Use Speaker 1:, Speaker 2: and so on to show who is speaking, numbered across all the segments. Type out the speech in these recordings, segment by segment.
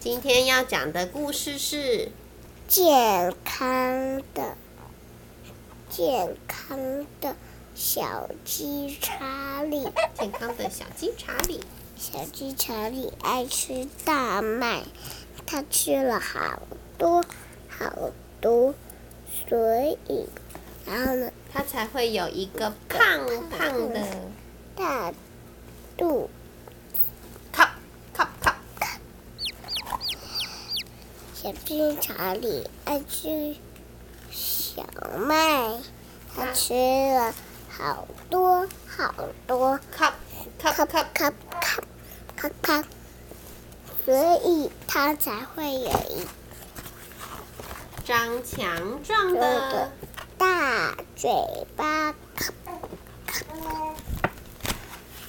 Speaker 1: 今天要讲的故事是
Speaker 2: 健康的、健康的小鸡查理。
Speaker 1: 健康的小鸡查理。
Speaker 2: 小鸡查理爱吃大麦，它吃了好多好多，所以，然后呢，
Speaker 1: 它才会有一个胖胖的
Speaker 2: 大肚
Speaker 1: 靠靠靠。
Speaker 2: 小鸡查理爱吃小麦，它吃了好多好多，
Speaker 1: 靠
Speaker 2: 咔
Speaker 1: 靠
Speaker 2: 咔
Speaker 1: 靠，
Speaker 2: 咔咔咔咔，所以它才会有一
Speaker 1: 张强壮
Speaker 2: 个
Speaker 1: 的
Speaker 2: 大嘴巴。咔咔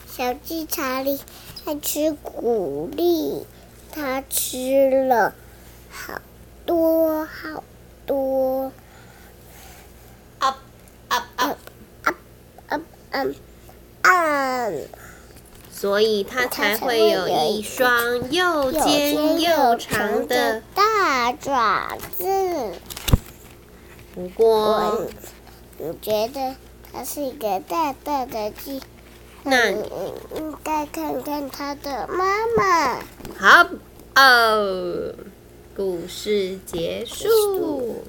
Speaker 2: 小鸡查理爱吃谷粒，它吃了好多好多。
Speaker 1: up up up，
Speaker 2: 嗯嗯嗯，
Speaker 1: 所以它才会有一双又
Speaker 2: 有
Speaker 1: 尖
Speaker 2: 尖又
Speaker 1: 又长的
Speaker 2: 长的。大爪子。
Speaker 1: 不过
Speaker 2: 我，我觉得它是一个大大的鸡。
Speaker 1: 那
Speaker 2: 嗯嗯应该看看它的妈妈。
Speaker 1: 好哦，故事结束。